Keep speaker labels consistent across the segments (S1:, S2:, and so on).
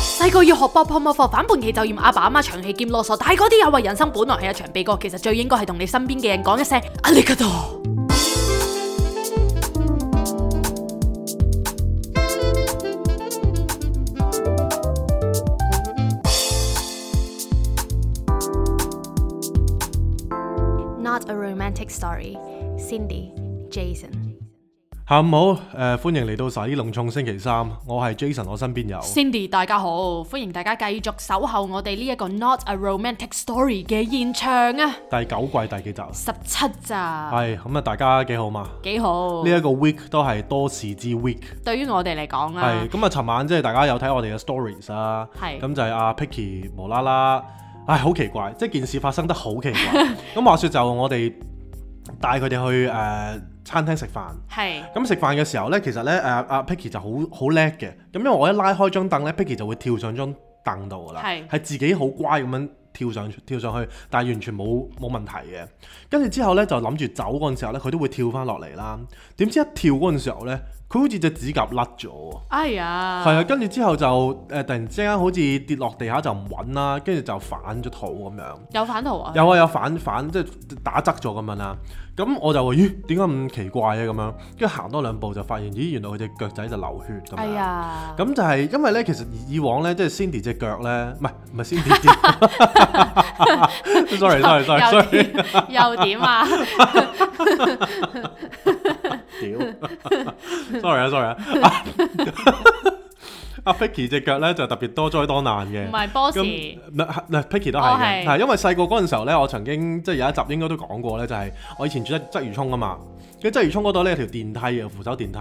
S1: 細個要學搏破莫防反叛期就嫌阿爸阿媽長氣兼囉嗦，但係嗰啲有話人生本來係一場悲歌，其實最應該係同你身邊嘅人講一聲阿里嘎多。
S2: Not a romantic story. Cindy, Jason.
S3: 下午好，誒、歡迎嚟到洗龍重星期三，我係 Jason，我身邊有
S1: Cindy，大家好，歡迎大家繼續守候我哋呢一個 Not a Romantic Story 嘅現場啊，
S3: 第九季第幾集？啊
S1: 十七咋，
S3: 係咁啊，大家幾好嘛？
S1: 幾好
S3: 呢。一個 week 都係多事之 week。
S1: 對於我哋嚟講啦
S3: 係，咁啊，尋晚即係大家有睇我哋嘅 stories 啦，
S1: 係
S3: 咁就係阿 Picky 無啦啦，唉，好奇怪，即係件事發生得好奇怪。咁話說就我哋帶佢哋去誒、呃餐廳食飯。
S1: 係
S3: 咁食飯嘅時候呢，其實呢，誒、啊、阿 Picky 就好好叻嘅。咁因為我一拉開張凳呢 Picky 就會跳上張凳度㗎啦，
S1: 係
S3: 係自己好乖咁樣跳上跳上去，但係完全冇冇問題嘅。跟住之後呢，就諗住走嗰陣時候呢，佢都會跳翻落嚟啦。點知一跳嗰陣時候呢，佢好似隻指甲甩咗喎。
S1: 哎呀，
S3: 係啊，跟住之後就誒、突然之間好似跌落地下就唔穩啦，跟住就反咗肚咁樣。
S1: 有反圖啊，
S3: 有啊有反反即係打側咗咁樣啦，咁我就話咦點解咁奇怪啊嘅咁樣，跟住行多兩步就發現咦原來佢隻腳仔就流血咁樣。
S1: 哎呀，
S3: 咁就係因為咧，其實以往咧，即係 Cindy 隻腳咧，唔係唔係 Cindy 隻，sorry sorry sorry
S1: 又
S3: sorry，
S1: 點又 點啊？
S3: 屌，sorry 啊 sorry 啊，阿 Picky 隻腳咧就特別多災多難嘅
S1: 唔。係 boss，
S3: 咁唔係係唔係 Picky 都
S1: 我
S3: 係
S1: 哦係
S3: 嘅，係因為細個嗰陣時候咧，我曾經即係有一集應該都講過咧，就係、我以前住得鰂魚涌啊嘛，跟住鰂魚涌嗰度咧有條電梯嘅扶手電梯，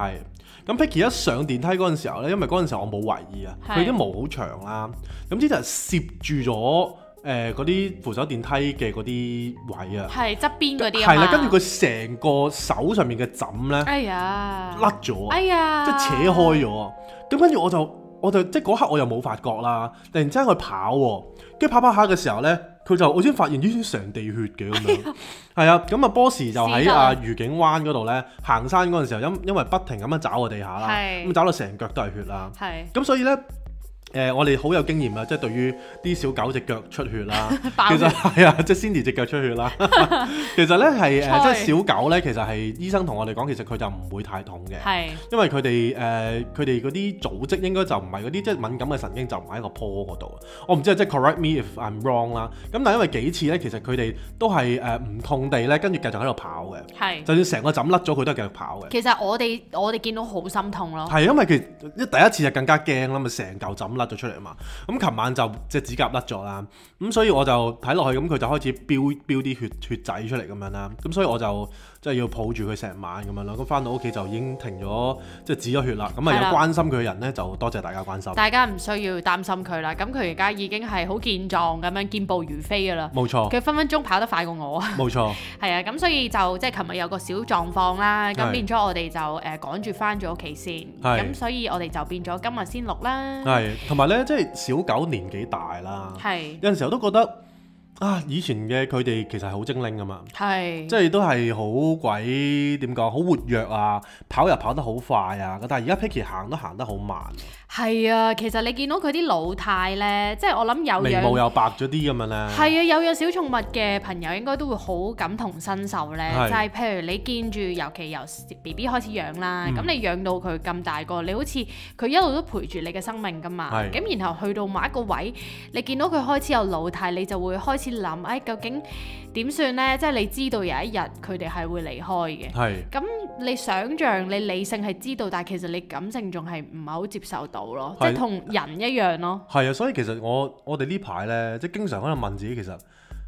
S3: 咁 Picky 一上電梯嗰陣時候咧，因為嗰陣時候我冇懷疑啊，
S1: 係
S3: 佢啲毛好長啦，咁之就係攝住咗誒嗰啲扶手電梯嘅嗰啲位啊，
S1: 係側邊嗰啲啊
S3: 係
S1: 嘛
S3: 啦，跟住佢成個手上面嘅枕咧
S1: 哎呀，
S3: 甩咗啊
S1: 哎。呀，
S3: 即係扯開咗。啊咁跟住我就我就即係嗰刻我又冇發覺啦。突然之間佢跑喎，跟住跑跑下嘅時候呢，佢就我先發現咦成地血嘅咁樣。係啊，咁啊 boss 就
S1: 屎忽
S3: 喺
S1: 啊
S3: 啊愉景灣嗰度呢，行山嗰陣時候，因因為不停咁樣找個地下啦，
S1: 係
S3: 咁找到成腳都係血啦。
S1: 係
S3: 咁所以呢。誒、我哋好有經驗啊！即係對於啲小狗隻腳出血啦，
S1: 爆
S3: 其
S1: 血
S3: 實係啊，即係 Cindy 隻腳出 血啦。其實呢係
S1: 菜
S3: 誒，即係小狗呢，其實係醫生同我哋講，其實佢就唔會太痛嘅。
S1: 係
S3: 因為佢哋誒呃佢哋嗰啲組織應該就唔係嗰啲即係敏感嘅神經就唔喺個 paw 嗰度。我唔知啊，即係 correct me if I'm wrong 啦。咁但係因為幾次咧，其實佢哋都係誒唔痛地咧，跟住繼續喺度跑嘅。
S1: 係。
S3: 就算成個枕甩咗，佢都係繼續跑嘅。
S1: 其實我哋我哋見到好心痛咯，
S3: 係因為佢一第一次就更加驚啦，咪成嚿枕甩咗出嚟啊嘛。咁琴晚就隻指甲甩咗啦，咁所以我就睇落去，咁佢就開始飆飆啲血血仔出嚟咁樣啦。咁所以我就即係要抱住佢成晚咁樣咯。咁翻到屋企就已經停咗，即係止咗血啦。咁啊
S1: 係
S3: 有
S1: 啦
S3: 關心佢嘅人咧，就多謝大家關心。
S1: 大家唔需要擔心佢啦。咁佢而家已經係好健壯咁樣健步如飛噶啦，
S3: 冇錯，
S1: 佢分分鐘跑得快過我 啊！
S3: 冇錯，
S1: 係啊，咁所以就即係琴日有個小狀況啦，咁
S3: 係
S1: 變咗我哋就誒、呃、趕住翻咗屋企先，
S3: 係
S1: 咁所以我哋就變咗今日先錄啦，
S3: 係同埋咧，即係小狗年紀大啦，
S1: 係
S3: 有陣時候都覺得啊，以前嘅佢哋其實係好精靈噶嘛。
S1: 係
S3: 即係都係好鬼點講，好活躍啊，跑又跑得好快啊。但係而家 Picky 行都行得好慢，
S1: 係啊，其實你見到佢啲老態咧，即係我諗有
S3: 眉毛
S1: 養
S3: 又白咗啲咁樣咧。
S1: 係啊，有養小寵物嘅朋友應該都會好感同身受咧，
S3: 係
S1: 就係譬如你見住，尤其由 B B 開始養啦，咁、你養到佢咁大個，你好似佢一路都陪住你嘅生命噶嘛，
S3: 係
S1: 咁然後去到某一個位，你見到佢開始有老態，你就會開始諗，誒、哎究竟點算呢？即係你知道有一日佢哋係會離開嘅。
S3: 係
S1: 咁你想像你理性係知道，但係其實你感性仲係唔係好接受到咯，即係
S3: 係
S1: 同人一樣咯。
S3: 係啊，所以其實我我哋呢排咧，即係經常喺度問自己，其實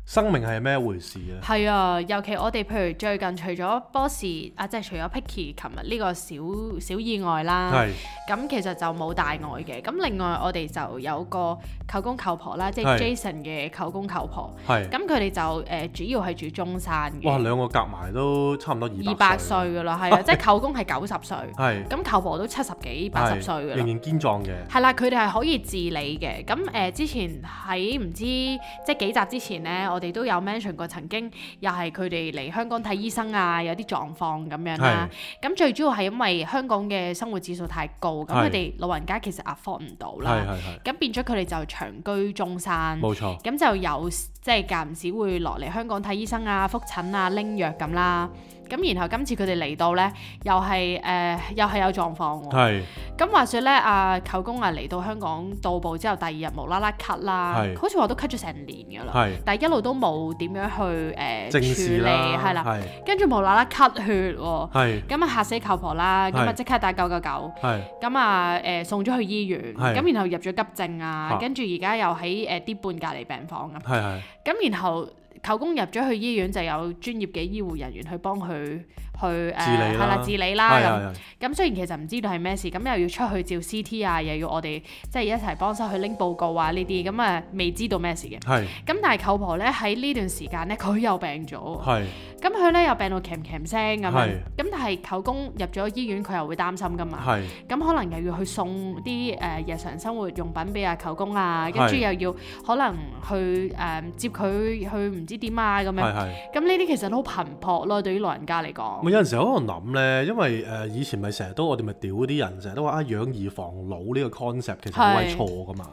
S3: 生命係咩回事咧？
S1: 係啊，尤其我哋譬如最近除咗 boss 啊，即係除咗 Picky 琴日呢個小小意外啦，
S3: 係
S1: 咁其實就冇大礙嘅。咁另外我哋就有個舅公舅婆啦，即係
S3: 係
S1: Jason 嘅舅公舅婆，
S3: 係，
S1: 咁佢哋就誒、呃主要係住中山
S3: 哇，
S1: 嘅，
S3: 兩個夾埋都差唔多
S1: 二
S3: 二
S1: 百
S3: 百
S1: 歲，㗎啦，係啊，即係舅公係九十歲，
S3: 係
S1: 咁舅婆都七十幾八
S3: 係
S1: 十歲㗎啦
S3: 仍。然堅壯嘅，
S1: 係啦，佢哋係可以自理嘅。咁誒、呃之前喺唔知即係幾集之前呢，我哋都有 mention 過曾經又係佢哋嚟香港睇醫生啊，有啲狀況咁樣啦。咁最主要係因為香港嘅生活指數太高，咁
S3: 係
S1: 佢哋老人家其實 afford 唔到
S3: 係
S1: 啦。
S3: 係係，
S1: 咁變咗佢哋就長居中山。
S3: 冇錯，
S1: 咁就有即係間唔時會落嚟香港睇醫生啊、覆診啊、拎藥咁啦。咁然後今次佢哋嚟到呢，又係誒、呃又係有狀況喎。
S3: 係
S1: 咁話說呢，阿、舅公啊嚟到香港到埗之後，第二日無啦啦咳啦
S3: 係，
S1: 好似話都咳咗成年㗎啦。
S3: 係
S1: 但係一路都冇點樣去誒、呃、處
S3: 正
S1: 理
S3: 視啦，
S1: 係啦，
S3: 係
S1: 跟住無啦啦咳血喎，
S3: 係
S1: 咁啊嚇死舅婆啦，咁啊
S3: 係
S1: 即刻打九九九。
S3: 係
S1: 咁啊誒送咗去醫院，
S3: 係
S1: 咁然後入咗急症啊
S3: 啊，
S1: 跟住而家又喺誒啲半隔離病房咁，啊
S3: 係係
S1: 咁然後舅公入咗去醫院就有專業嘅醫護人員去幫佢去誒
S3: 治理
S1: 係
S3: 啦
S1: 啦治理啦咁，
S3: 係係
S1: 咁雖然其實唔知道係咩事，咁又要出去照 CT 啊，又要我哋即係一齊幫手去拎報告啊呢啲，咁啊未知道咩事嘅，
S3: 係
S1: 咁但係舅婆咧喺呢段時間咧佢又病咗喎。
S3: 係
S1: 咁佢咧又病到咳咳聲咁樣，
S3: 係
S1: 咁但係舅公入咗醫院，佢又會擔心噶嘛。
S3: 係
S1: 咁可能又要去送啲誒、呃日常生活用品俾阿舅公啊，跟住又要可能去誒、呃接佢去唔知點啊咁
S3: 係
S1: 樣。
S3: 係。
S1: 咁呢啲其實都好頻撲咯，對於老人家嚟講
S3: 咪。有陣時喺度諗咧，因為誒、呃以前咪成日都我哋咪屌啲人，成日都話啊養兒防老呢個 concept 其實好鬼
S1: 係
S3: 錯噶嘛。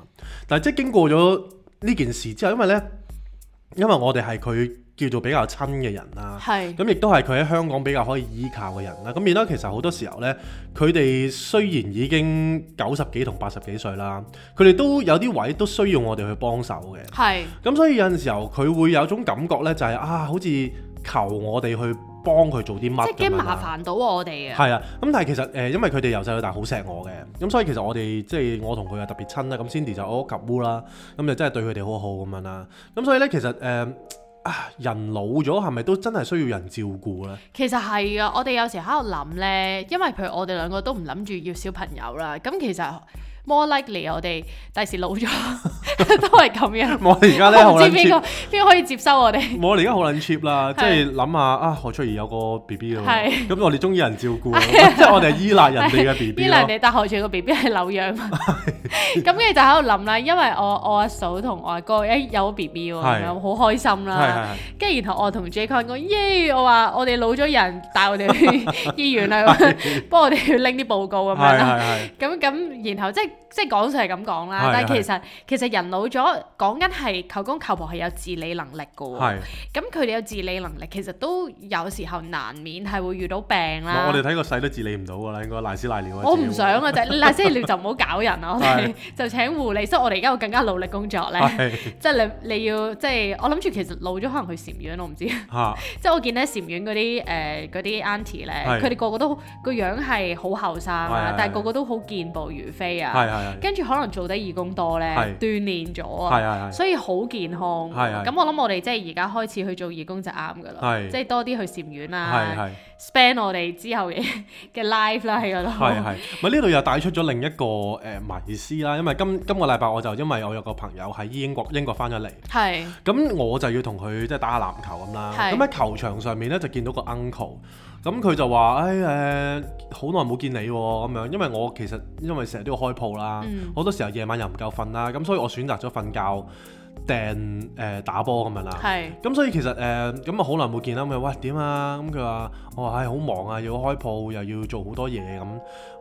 S3: 但係即係經過咗呢件事之後，因為咧，因為我哋係佢叫做比較親嘅人啦，
S1: 係
S3: 咁亦都係佢喺香港比較可以依靠嘅人啦。咁而家其實好多時候咧，佢哋雖然已經九十幾同八十幾歲啦，佢哋都有啲位都需要我哋去幫手嘅。
S1: 係
S3: 咁所以有陣時候佢會有種感覺咧，就係、啊，好似求我哋去幫佢做啲乜
S1: 即係驚
S3: 咁樣
S1: 麻
S3: 啦。
S1: 煩到我哋啊。
S3: 係啊，咁但係其實誒、呃因為佢哋由細到大好錫我嘅，咁所以其實我哋即係我同佢係特別親啦。咁 Cindy 就哦我屋及烏啦，咁就真係對佢哋好好咁樣啦。咁所以咧，其實誒、呃啊，人老咗係咪都真係需要人照顧咧？
S1: 其實係啊，我哋有時喺度諗呢，因為譬如我哋兩個都唔諗住要小朋友啦，咁其實 more likely 我哋第時 老咗都係咁樣。
S3: 我 哋而家咧
S1: 我
S3: 好
S1: 唔知
S3: 撚
S1: 邊
S3: cheap，
S1: 個 邊個可以接收 我哋。
S3: 我哋而家好撚 cheap 啦，即
S1: 係
S3: 係諗下啊，何翠怡有個 B B 咯，
S1: 係
S3: 咁我哋中意人照 顧啦，即係我哋係依賴人哋嘅 B
S1: 呢
S3: B
S1: 兩
S3: 咯，
S1: 年但何住個 B B 係扭樣 嘛，咁跟住就喺度諗啦，因為我我阿嫂同我阿哥一有 B B 喎，
S3: 係
S1: 咁樣好開心
S3: 係
S1: 啦。
S3: 係係。
S1: 跟住然後我同 J Con 講，耶！我話我哋老咗人，帶我哋去 醫院啦，咁樣幫我哋去拎啲報告咁樣啦。
S3: 係
S1: 咁咁然後即係即係講就係咁講啦
S3: 係，
S1: 但係其
S3: 係
S1: 實其實人老咗，講緊係舅公舅婆係有自理能力㗎喎。
S3: 係係，
S1: 咁佢哋有自理能力，其實都有時候難免係會遇到病啦。
S3: 我哋睇個細都治理唔到㗎啦，應該賴屎賴尿啊。
S1: 啊我
S3: 自己
S1: 唔
S3: 會
S1: 想啊，就係嗱，即係你就唔好搞人啊！我哋
S3: 係
S1: 就請護理，所以我哋而家會更加努力工作咧。
S3: 係
S1: 即係你你要即係我諗住其實老咗可能去禪院，我唔知。 即
S3: 嚇
S1: 係我見咧禪院嗰啲誒嗰啲 auntie 咧，
S3: 係
S1: 佢哋個個都個樣係好後生
S3: 係
S1: 啊
S3: 係，
S1: 但係個個都好健步如飛
S3: 係
S1: 啊。
S3: 係係。
S1: 跟住可能做得義工多咧，
S3: 係
S1: 鍛鍊咗
S3: 係
S1: 啊，
S3: 係係，
S1: 所以好健康。啊
S3: 係係
S1: 咁我諗我哋即係而家開始去做義工就啱噶啦，
S3: 係
S1: 即係多啲去禪院
S3: 係
S1: 啦
S3: 係
S1: ，spend 我哋之後嘅 嘅 life 啦喺嗰度。
S3: 係係，咪呢度又帶出咗另一個誒、呃迷思啦，因為今今個禮拜我就因為我有個朋友喺英國英國翻咗嚟，
S1: 係
S3: 咁我就要同佢即係打下籃球咁啦，
S1: 係
S3: 咁喺球場上面咧就見到個 uncle，咁佢就話：，哎誒、誒，好耐冇見你喎、咁樣，因為我其實因為成日都要開鋪啦，好、
S1: 嗯
S3: 多時候夜晚又唔夠瞓啦，咁所以我選擇咗瞓覺訂誒、呃打波咁樣啦。
S1: 係
S3: 咁所以其實誒咁啊好耐冇見啦，咁啊喂點啊？咁佢話我話唉好忙啊，要開鋪又要做好多嘢咁，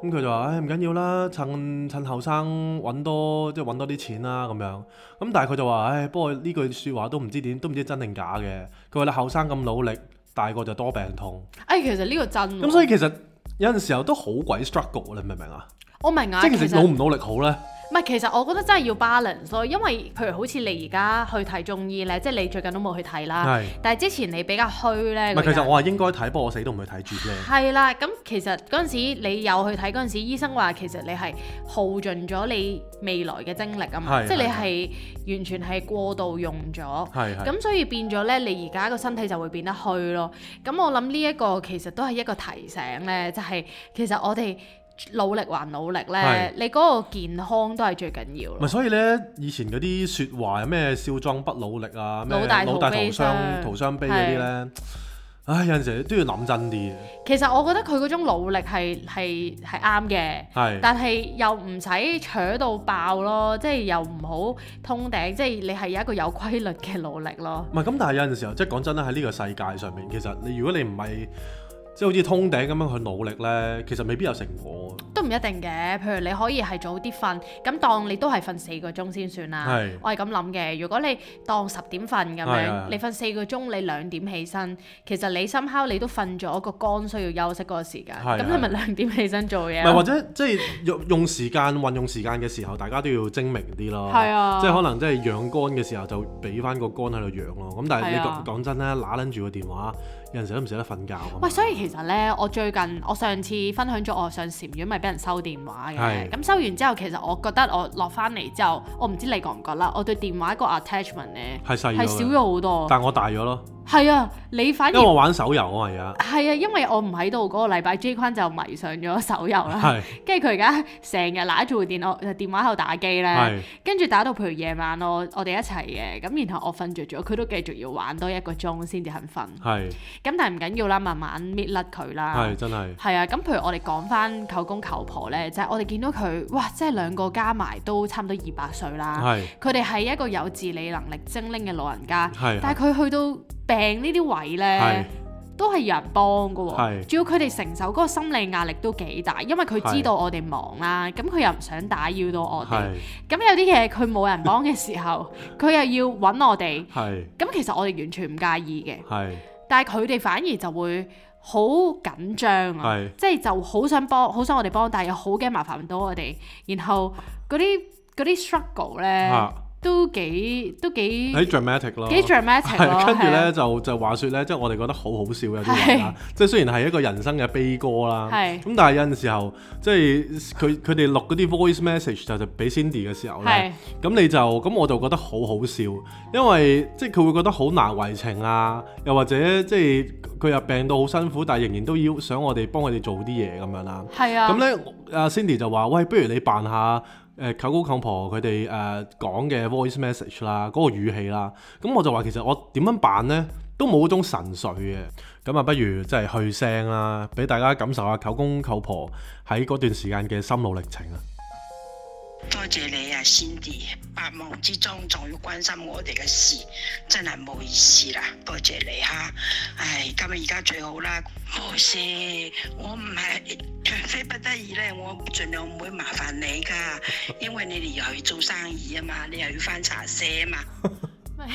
S3: 咁佢就話唉唔緊要啦，趁趁後生揾多即係揾多啲錢啦咁樣。咁但係佢就話唉，不過呢句説話都唔知點，都唔知真定假嘅。佢話你後生咁努力，大個就多病痛。
S1: 哎，其實呢個真喎。
S3: 咁所以其實有陣時候都好鬼 struggle，你明唔明啊？
S1: 我明啊，
S3: 即係其
S1: 其
S3: 實努
S1: 實
S3: 唔努力好咧，
S1: 唔係，其實我覺得真係要 balance 咯，因為譬如好似你而家去睇中醫咧，即係你最近都冇去睇啦，
S3: 啊係
S1: 但係之前你比較虛咧，
S3: 唔係
S1: 個
S3: 其實
S1: 人
S3: 我係應該睇，不過我死都唔去睇住啫。
S1: 係啦，咁其實嗰陣時你有去睇嗰陣時，醫生話其實你係耗盡咗你未來嘅精力啊嘛，
S3: 係
S1: 即係你係完全係過度用咗。
S3: 係係
S1: 咁所以變咗咧，你而家個身體就會變得虛咯。咁我諗呢一個其實都係一個提醒咧，就係、其實我哋努力還努力咧
S3: 係，
S1: 你嗰個健康都係最緊要
S3: 咪
S1: 咯。
S3: 所以咧，以前嗰啲説話咩少壯不努力啊，咩
S1: 老大徒
S3: 老大徒
S1: 悲
S3: 傷
S1: 傷
S3: 徒傷悲嗰啲咧，唉，有陣時都要諗真啲嘅，
S1: 其實我覺得佢嗰種努力係係係啱嘅。
S3: 係
S1: 但係又唔使扯到爆咯，即係又唔好通頂，即係你係有一個有規律嘅努力咯。
S3: 唔係咁？但係有陣時候，即係講真啦，喺呢個世界上面，其實你如果你唔係即係好似通頂咁樣去努力呢，其實未必有成果
S1: 都唔一定嘅，譬如你可以係早啲瞓，咁當你都係瞓四個鐘先算啦
S3: 係。
S1: 我係咁諗嘅。如果你當十點瞓咁
S3: 係係
S1: 樣
S3: 係，
S1: 你瞓四個鐘，你兩點起身，其實你深烤你都瞓咗個肝需要休息嗰個時間，
S3: 係
S1: 咁
S3: 係
S1: 你咪兩點起身做嘢
S3: 唔係
S1: 咯。
S3: 或者即係用用時間運用時間嘅時候，大家都要精明啲咯。
S1: 係啊
S3: 即係可能即係養肝嘅時候就俾翻個肝喺度養咯。咁但係你
S1: 係啊
S3: 講講真咧，揦撚住個電話，有陣時都唔捨得瞓覺咁。
S1: 喂，所以其實呢，我最近我上次分享咗我上禪院咪俾人收電話嘅，
S3: 係
S1: 咁收完之後，其實我覺得我落翻嚟之後，我唔知你覺唔覺啦，我對電話個 attachment 呢
S3: 係細
S1: 係
S3: 咗
S1: 少
S3: 嘅
S1: 咗好多。
S3: 但我大咗咯，
S1: 係啊，你反
S3: 因
S1: 而
S3: 為我玩手遊啊而家。
S1: 係啊，因為我唔喺度嗰個禮拜，J 坤就迷上咗手遊啦。
S3: 係
S1: 跟住佢而家成日揦住部電腦電話喺度打機咧，
S3: 係
S1: 跟住打到譬如夜晚咯，我哋一齊嘅，咁然後我瞓着咗，佢都繼續要玩多一個鐘先至肯瞓。咁
S3: 係
S1: 但係唔緊要啦，慢慢搣甩佢啦
S3: 係。真係
S1: 係啊，咁譬如我哋講翻舅公舅婆咧，就係、我哋見到佢，哇！即係兩個加埋都差唔多二百歲啦。
S3: 係
S1: 佢哋係一個有自理能力精靈嘅老人家，
S3: 係
S1: 但
S3: 係
S1: 係佢去到病呢啲位咧
S3: 係。
S1: 都係有人幫嘅喎、
S3: 係
S1: 仲要佢哋承受嗰個心理壓力都幾大，因為佢知道我哋忙啦，咁佢又唔想打擾到我哋，
S3: 係
S1: 咁有啲嘢佢冇人幫嘅時 候，佢又要揾我哋，
S3: 係
S1: 咁其實我哋完全唔介意嘅，
S3: 係
S1: 但係佢哋反而就會好緊張啊，
S3: 係
S1: 即係就好想幫，好想我哋幫，但係又好驚麻煩到我哋，然後嗰啲嗰啲 struggle 呢，
S3: 啊
S1: 都幾都幾
S3: 喺 dramatic 咯。
S1: 幾 dramatic 咯，
S3: 係，跟住
S1: 係啊
S3: 咧就就話説咧，即係我哋覺得好好笑有啲位啦，即係雖然係一個人生嘅悲歌啦，
S1: 係
S3: 咁但係有陣時候，即係佢佢哋錄嗰啲 voice message 就就俾 Cindy 嘅時候
S1: 係
S3: 咧，咁你就咁我就覺得好好笑，因為即係佢會覺得好難為情啊，又或者即係佢又病到好辛苦，但係仍然都要想我哋幫佢哋做啲嘢咁樣啦。
S1: 係啊，
S3: 咁咧，阿 Cindy 就話：喂，不如你扮下誒舅公舅婆佢哋誒講嘅 voice message 啦，嗰、個語氣啦。咁我就話其實我點樣扮呢？都冇嗰種神髓嘅。咁啊，不如即係去聲啦，俾大家感受下舅公舅婆喺嗰段時間嘅心路歷程啊。
S4: 多謝你啊，Cindy，百忙之中仲要關心我哋嘅事，真係唔好意思啦，多謝你吓。唉，咁啊而家最好啦，冇事，我唔係非不得已咧，我盡量唔會麻煩你噶，因為你哋又要做生意啊嘛，你又要翻茶社啊嘛。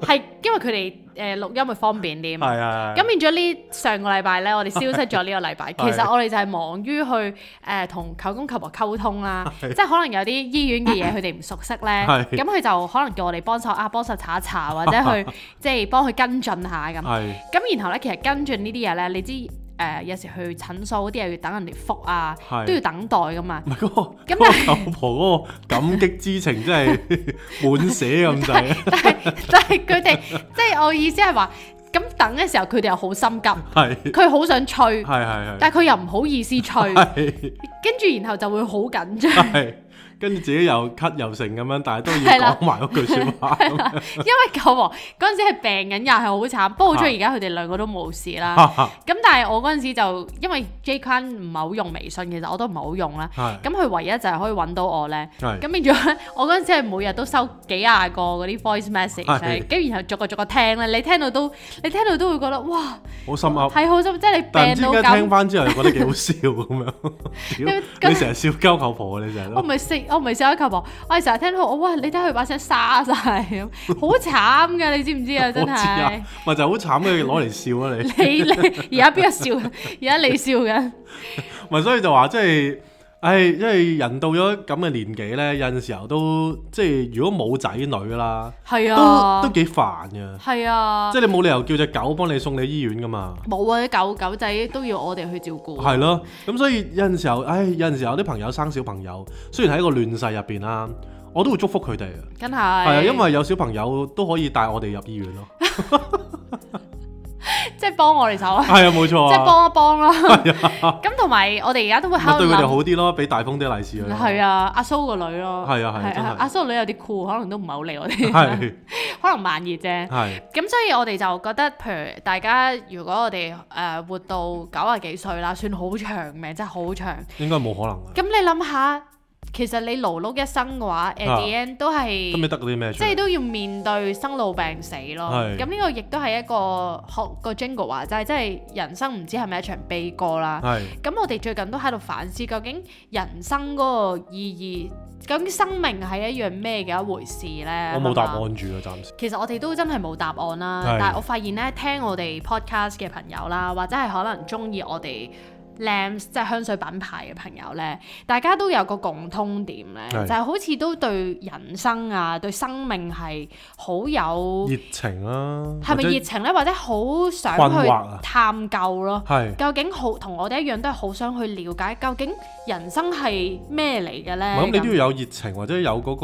S1: 係因為佢哋誒錄音會方便啲嘛。
S3: 啊
S1: 咁變咗呢上個禮拜呢，我哋消失咗呢個禮拜。其
S3: 係
S1: 實我哋就係忙於去誒同舅公舅婆溝通 啦，即係可能有啲醫院嘅嘢佢哋唔熟悉呢，
S3: 係
S1: 咁佢就可能叫我哋幫手啊，幫手查一查或者 去即係幫佢跟進下咁。
S3: 係
S1: 咁然後呢，其實跟進呢啲嘢呢，你知誒、有時去診所嗰啲又要等人哋覆啊，
S3: 係
S1: 都要等待噶嘛。
S3: 唔係嗰個
S1: 咁
S3: 嗰個舅婆嗰個感激之情 真係滿寫咁滯，
S1: 但係但係佢哋即係我意思係話，咁等嘅時候佢哋又好心急。
S3: 係
S1: 佢好想吹
S3: 係，係係
S1: 但係佢又唔好意思吹，
S3: 係。
S1: 跟住然後就會好緊張，
S3: 係，跟住自己又咳又成咁樣，但係都要
S1: 係啦
S3: 講埋嗰句説話。
S1: 因為舅婆嗰陣時係病緊，又係好慘。不過好彩而家佢哋兩個都冇事啦。咁但係我嗰陣時就因為 J c o n 唔係好用微信，其實我都唔係好用啦。
S3: 係
S1: 咁佢唯一就係可以揾到我咧。
S3: 係
S1: 咁變咗咧，我嗰陣時係每日都收幾廿個嗰啲 voice message 咧
S3: 係
S1: 跟住然後逐個逐個聽咧，你聽到都你聽到都會覺得哇，
S3: 好心噏，
S1: 係好心，即係你
S3: 但唔知
S1: 病
S3: 點
S1: 到
S3: 解聽
S1: 咁。
S3: 翻之後又覺得幾好笑咁 樣。屌你成日笑鳩舅婆啊，你成日
S1: 我
S3: 都
S1: 唔係食，我唔係食咗球婆，我係成日聽到我哇！你睇佢把聲沙晒 咁，好慘㗎，你知唔知啊？真
S3: 我知
S1: 係
S3: 啊，咪就係好慘嘅，攞嚟笑啊你。
S1: 你你而家邊個笑？而家你笑緊，
S3: 咪所以就話即係。唉，因為人到咗咁嘅年紀咧，有陣時候都即係如果冇仔女啦，
S1: 係
S3: 都
S1: 啊
S3: 都，幾煩嘅。
S1: 係啊
S3: 即，係你冇理由叫只狗幫你送你醫院噶嘛。
S1: 冇啊！啲狗狗仔都要我哋去照顧，
S3: 係咯，咁所以有陣時候，唉，有陣時候啲朋友生小朋友，雖然喺一個亂世入邊啦，我都會祝福佢哋嘅。
S1: 真係
S3: 係啊，因為有小朋友都可以帶我哋入醫 院咯。
S1: 即係幫我哋手 啊，
S3: 係啊，冇錯
S1: 即係
S3: 啊，
S1: 幫一 幫啦。咁同埋我哋而家都會
S3: 咪
S1: 喺
S3: 對
S1: 度
S3: 佢哋好
S1: 諗。
S3: 啲咯，俾大風啲利是佢。
S1: 係啊，阿蘇個女咯，
S3: 啊係啊係啊真係
S1: 阿蘇個女有啲酷，可能都唔係好理我哋。
S3: 係，
S1: 可能慢熱啫。
S3: 係
S1: 咁所以我哋就覺得，譬如大家如果我哋誒、呃活到九啊幾歲啦，算好長命，真係好長。
S3: 應該冇可能啊嘅。
S1: 咁你諗下，其實你勞碌一生嘅話，at the end 都係
S3: 咁你得嗰啲咩出
S1: 即
S3: 嚟？
S1: 係都要面對生老病死咯。
S3: 係
S1: 咁呢個亦都係一個學個 Jingle 話齋，即係人生唔知係咪一場悲歌啦。
S3: 係
S1: 咁我哋最近都喺度反思，究竟人生嗰個意義，究竟生命係一樣咩嘅一回事呢？
S3: 我冇
S1: 係
S3: 答
S1: 嘛
S3: 案住啊，暫時。
S1: 其實我哋都真係冇答案啦
S3: 係，
S1: 但係我發現咧，聽我哋 podcast 嘅朋友啦，或者係可能中意我哋 Lams 即係香水品牌嘅朋友咧，大家都有個共通點咧，
S3: 係
S1: 就係好似都對人生啊、對生命係好有
S3: 熱情啦，
S1: 係咪
S3: 或者
S1: 熱？情咧，或者好想
S3: 困惑
S1: 去
S3: 啊
S1: 探究咯。
S3: 係
S1: 究竟好同我哋一樣，都係好想去了解究竟人生係咩嚟嘅
S3: 唔係
S1: 咧？
S3: 咁你都要有熱情或者有嗰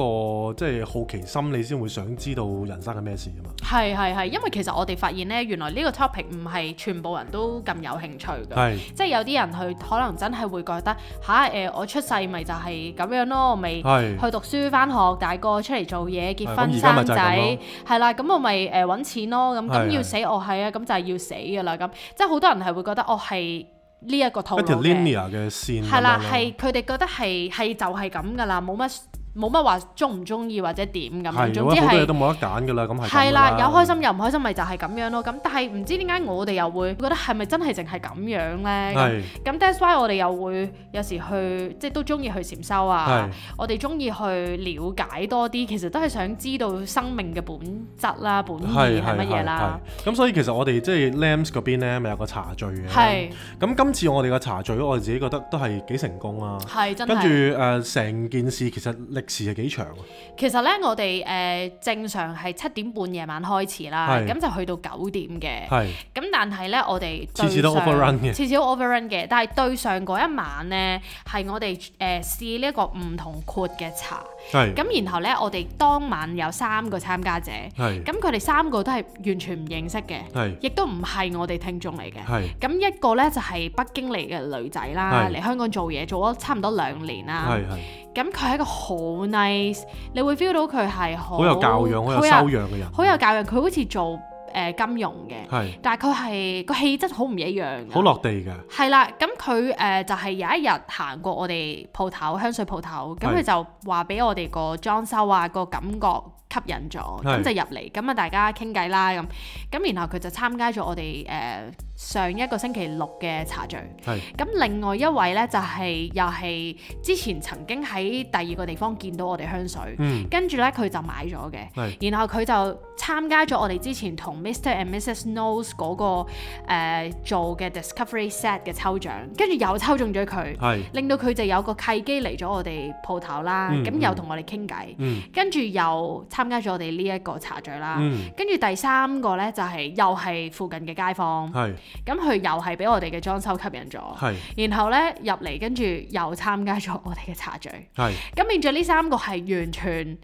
S3: 個即係好奇心，你先會想知道人生係咩事啊嘛。
S1: 係係係，因為其實我哋發現咧，原來呢個 topic 唔係全部人都咁有興趣嘅，
S3: 係
S1: 即係有啲人佢可能真係會覺得吓誒、我出世咪就係咁樣咯，我咪
S3: 係
S1: 去讀書翻學，大個出嚟做嘢，結
S3: 係
S1: 婚
S3: 咁而家咪
S1: 生
S3: 就係咁
S1: 仔
S3: 咯，
S1: 係啦，咁我咪誒揾錢咯，咁
S3: 係
S1: 咁要
S3: 係
S1: 死我係啊，咁就係要死㗎啦，咁即係好多人係會覺得我係呢一個套
S3: 一
S1: 路
S3: 條
S1: 嘅。
S3: linear 嘅線咁樣咯。
S1: 係啦，係佢哋覺得係係就係咁噶啦，冇乜冇乜話中唔中意或者點咁樣，
S3: 係，啊
S1: 總之
S3: 好多嘢都
S1: 係
S3: 冇得揀㗎啦，咁係咁㗎
S1: 係啦，有開心有唔開心咪就係咁樣咯。咁但係唔知點解我哋又會覺得係咪真係淨係咁樣呢？咁
S3: 係
S1: 咁 that's why 我哋又會有時去即係都中意去禪修啊
S3: 係，
S1: 我哋中意去了解多啲，其實都係想知道生命嘅本質啦、本意
S3: 係
S1: 嗯係
S3: 係
S1: 乜嘢啦。
S3: 係咁所以其實我哋即係 Lams 嗰邊咧，咪有個茶聚嘅。
S1: 係
S3: 咁今次我哋嘅茶聚，我哋自己覺得都係幾成功啊。
S1: 係真
S3: 跟住
S1: 係。
S3: 誒，成、件事其實歷時係幾長啊？
S1: 其實呢，我哋誒、呃正常係七點半夜晚開始啦，
S3: 係
S1: 咁就去到九點嘅。
S3: 係
S1: 咁但係咧，我哋
S3: 次次都
S1: 對上
S3: overrun 嘅
S1: 次次都 overrun 嘅。但係對上嗰一晚咧，係我哋誒、呃、試呢一個唔同闊嘅茶。
S3: 係
S1: 咁然後咧，我哋當晚有三個參加者，
S3: 係
S1: 咁佢哋三個都係完全唔認識嘅，
S3: 係
S1: 亦都唔係我哋聽眾嚟嘅。
S3: 係
S1: 咁一個咧就係、北京嚟嘅女仔啦，
S3: 係
S1: 嚟香港做嘢做咗差唔多兩年啦。
S3: 係係，
S1: 咁佢係一個好 nice，你會 feel 到佢係好
S3: 好有教養、好有修養嘅人，
S1: 好有教養。佢好似做誒、呃金融嘅。
S3: 係
S1: 但係佢係個氣質好唔一樣㗎啊
S3: 好落地嘅，
S1: 係啦，咁佢誒就係、有一日行過我哋鋪頭香水鋪頭，咁
S3: 係
S1: 佢就話俾我哋個裝修啊個感覺吸引咗，咁
S3: 係
S1: 就入嚟，咁啊大家傾偈啦咁，咁然後佢就參加咗我哋誒、呃上一個星期六嘅茶聚，
S3: 係
S1: 咁另外一位呢，就係、又係之前曾經喺第二個地方見到我哋香水，
S3: 嗯
S1: 跟住呢，佢就買咗嘅。
S3: 係
S1: 然後佢就參加咗我哋之前同 Mr and Mrs Knows 嗰、個、呃、做嘅 Discovery Set 嘅抽獎，跟住又抽中咗佢，
S3: 係
S1: 令到佢就有個契機嚟咗我哋鋪頭啦，
S3: 嗯
S1: 咁、
S3: 嗯
S1: 又同我哋傾偈，
S3: 嗯
S1: 跟住又參加咗我哋呢一個茶聚啦。
S3: 嗯
S1: 跟住第三個呢，就係、又係附近嘅街坊，
S3: 係
S1: 咁佢又係俾我哋嘅裝修吸引咗，
S3: 係
S1: 然後呢，入嚟跟住又參加咗我哋嘅茶聚，
S3: 係。
S1: 咁變咗呢三個係完全誒、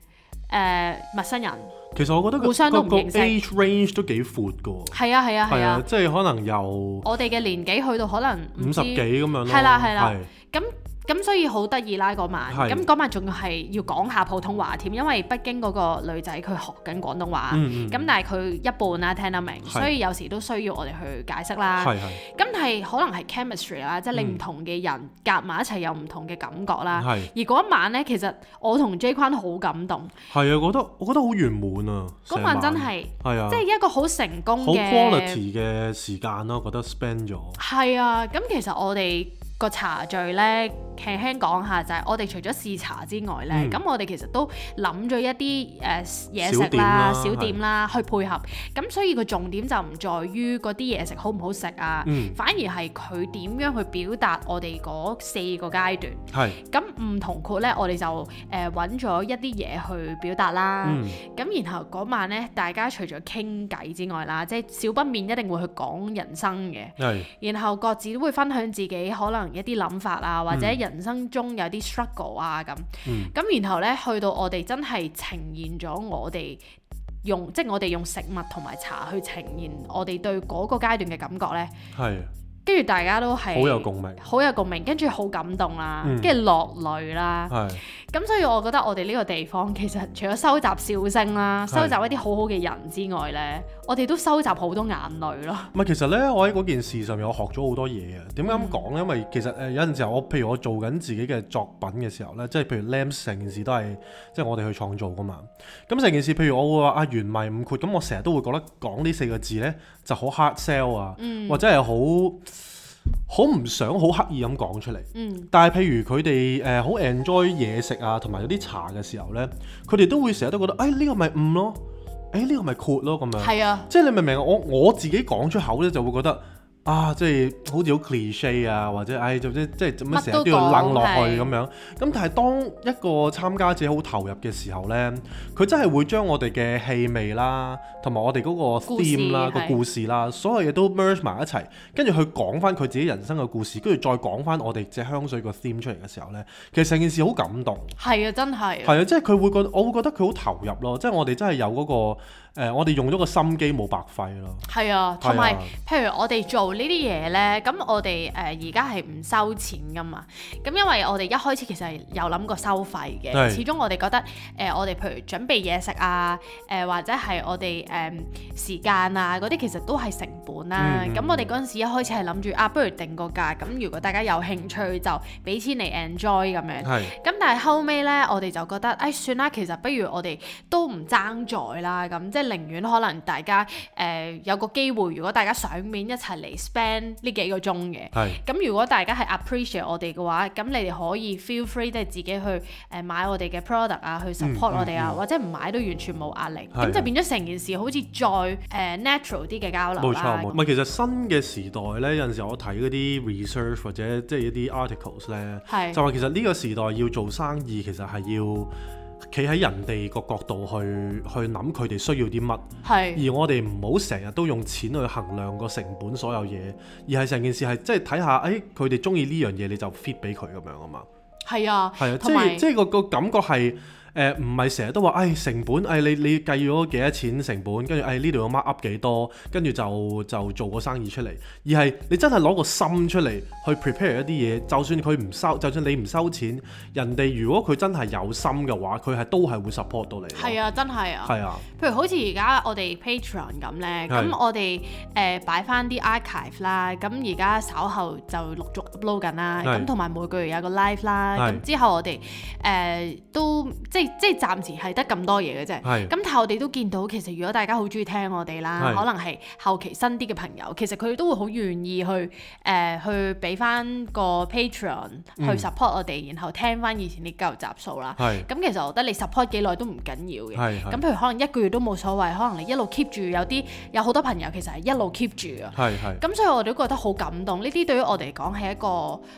S1: 呃陌生人。
S3: 其實我覺得個
S1: 互相都唔
S3: 個個
S1: 認識
S3: age range 都幾闊㗎喎，
S1: 係啊係啊係
S3: 係啊，
S1: 啊！
S3: 即係可能由
S1: 我哋嘅年紀去到可能唔
S3: 五十
S1: 知
S3: 幾咁樣咯，
S1: 係啦係啦
S3: 係
S1: 咁咁，所以好得意啦嗰晚。
S3: 係
S1: 咁嗰晚仲要係要講下普通話添，因為北京嗰個女仔佢學緊廣東啊話，咁、
S3: 嗯嗯
S1: 但係佢一半啦聽得明，
S3: 係
S1: 所以有時都需要我哋去解釋啦。
S3: 係係
S1: 咁但係可能係 chemistry 啦，即係你
S3: 嗯
S1: 唔同嘅人夾埋一齊有唔同嘅感覺啦。
S3: 係
S1: 而嗰一晚呢，其實我同 J 坤好感動，
S3: 係啊，我覺得我覺得好圓滿啊，
S1: 嗰
S3: 成
S1: 晚真係
S3: 係啊，
S1: 即係一個好成功
S3: 好
S1: 嘅
S3: quality 嘅時間咯，覺得 spend 咗
S1: 係啊，咁其實我哋個茶聚呢，輕輕講下就係我哋除咗試茶之外呢，
S3: 嗯
S1: 咁、我哋其實都諗咗一啲誒、呃嘢
S3: 小
S1: 食
S3: 點
S1: 啦、
S3: 啦
S1: 小點啦去配合，咁所以個重點就唔在於嗰啲嘢食好唔好食啊，
S3: 嗯
S1: 反而係佢點樣去表達我哋嗰四個階段。
S3: 係
S1: 咁唔同括呢，我哋就誒揾咗一啲嘢去表達啦。
S3: 嗯
S1: 咁、然後嗰晚呢，大家除咗傾偈之外啦，即係少不免一定會去講人生嘅。
S3: 係
S1: 然後各自都會分享自己可能一啲諗法啊，或者人生中有啲 struggle 啊咁。
S3: 嗯
S1: 咁、然後呢，去到我哋真係呈現咗我哋用，即係我哋用食物同埋茶去呈現我哋對嗰個階段嘅感覺呢，
S3: 係
S1: 跟住大家都係
S3: 好有共鳴
S1: 好有共鳴，跟住好感動啦
S3: 嗯，
S1: 跟住落淚啦。
S3: 係
S1: 咁所以我覺得我哋呢個地方其實除咗收集笑聲啦，
S3: 係
S1: 收集一啲好好嘅人之外呢，我哋都收集好多眼淚咯。
S3: 唔係，其實咧，我喺嗰件事上面，我學咗好多嘢啊！點解咁講咧？因為其實誒有陣時候，我譬如我做緊自己嘅作品嘅時候咧，即係譬如 Lamps 成件事都係即係我哋去創造噶嘛。咁成件事，譬如我會話啊原迷唔括，咁我成日都會覺得講呢四個字咧就好 hard sell 啊，或者係好好唔想好刻意咁講出嚟。
S1: 嗯，
S3: 但係譬如佢哋呃誒好 enjoy 嘢食啊，同埋有啲茶嘅時候咧，佢哋都會成日都覺得，誒呢個咪誤咯，誒呢個咪括咯咁樣。
S1: 係啊，
S3: 即係你明唔明？我我自己講出口咧，就會覺得啊，即係好似好 cliche 啊，或者唉，總之即係做咩
S1: 乜
S3: 成
S1: 都
S3: 日都要楞落
S1: 講係
S3: 去咁樣。咁但係當一個參加者好投入嘅時候咧，佢真係會將我哋嘅氣味啦，同埋我哋嗰個
S1: 故事
S3: theme 啦、個
S1: 係
S3: 故事啦，所有嘢都 merge 埋一齊，跟住去講翻佢自己人生嘅故事，跟住再講翻我哋隻香水個 theme 出嚟嘅時候咧，其實成件事好感動。
S1: 係啊，真係啊。
S3: 係啊，即係佢會覺得，我會覺得佢好投入咯，即係我哋真係有嗰、個、呃、我哋用咗個心機冇白費咯。
S1: 係啊，同埋
S3: 係啊
S1: 譬如我哋做呢啲嘢呢，咁我哋誒而家係唔收錢噶嘛，咁因為我哋一開始其實係有諗過收費嘅，
S3: 係
S1: 始終我哋覺得誒、呃我哋譬如準備嘢食啊，誒、或者係我哋誒、呃時間啊嗰啲，其實都係成本啦、
S3: 嗯嗯
S1: 咁、我哋嗰陣時一開始係諗住啊，不如定個價，咁如果大家有興趣就俾錢嚟 enjoy 咁樣。
S3: 係
S1: 咁但係後尾呢，我哋就覺得，誒、算啦，其實不如我哋都唔爭在啦，咁即係寧願可能大家誒、呃有個機會，如果大家上面一齊嚟 spend 呢幾個鐘嘅。
S3: 係
S1: 咁如果大家係 appreciate 我哋嘅話，咁你哋可以 feel free 即係自己去誒、呃、買我哋嘅 product 啊，去 support
S3: 嗯
S1: 我哋啊，
S3: 嗯
S1: 或者唔買都完全冇壓力，
S3: 係
S1: 咁就變咗成件事好似再誒、呃 natural 啲嘅交流
S3: 冇錯
S1: 啦。
S3: 冇錯，唔係其實新嘅時代咧，有陣時我睇嗰啲 research 或者即係一啲 articles 咧，
S1: 係
S3: 就話其實呢個時代要做生意，其實係要企喺人哋個角度去去諗佢哋需要啲乜，
S1: 係
S3: 而我哋唔好成日都用錢去衡量個成本所有嘢，而係成件事係即係睇下，誒佢哋中意呢樣嘢你就 fit 俾佢咁樣啊嘛。
S1: 係啊，
S3: 係啊，即
S1: 同埋
S3: 係即係個個感覺係誒，唔係成日都話，唉成本，誒你你計咗幾多錢成本，跟住誒呢度有 mark up 幾多，跟住就就做個生意出嚟，而係你真係攞個心出嚟去 prepare 一啲嘢，就算佢唔收，就算你唔收錢，人哋如果佢真係有心嘅話，佢係都係會 support 到你。
S1: 係
S3: 啊，
S1: 啊，真係啊。
S3: 係啊，
S1: 譬如好似而家我哋 Patreon 咁呢，
S3: 係
S1: 咁我哋誒擺翻啲 archive 啦，咁而家稍後就陸續 upload 緊啦，
S3: 係
S1: 咁同埋每個月有個 live 啦，
S3: 係
S1: 咁之後我哋誒、呃都即係即係暫時係得咁多嘢嘅啫。
S3: 係
S1: 咁但係我哋都見到，其實如果大家好中意聽我哋啦，
S3: 係
S1: 可能係後期新啲嘅朋友，其實佢哋都會好願意去誒、呃去俾翻個 Patreon 去 support 我哋，然後聽翻以前啲舊集數啦。
S3: 嗯係
S1: 咁其實我覺得你 support 幾耐都唔緊要嘅。
S3: 係
S1: 咁
S3: 係
S1: 譬如可能一個月都冇所謂，可能你一路 keep 住有啲有好多朋友其實係一路 keep 住啊。
S3: 係係
S1: 咁所以我哋都覺得好感動，呢啲對於我哋嚟講係一個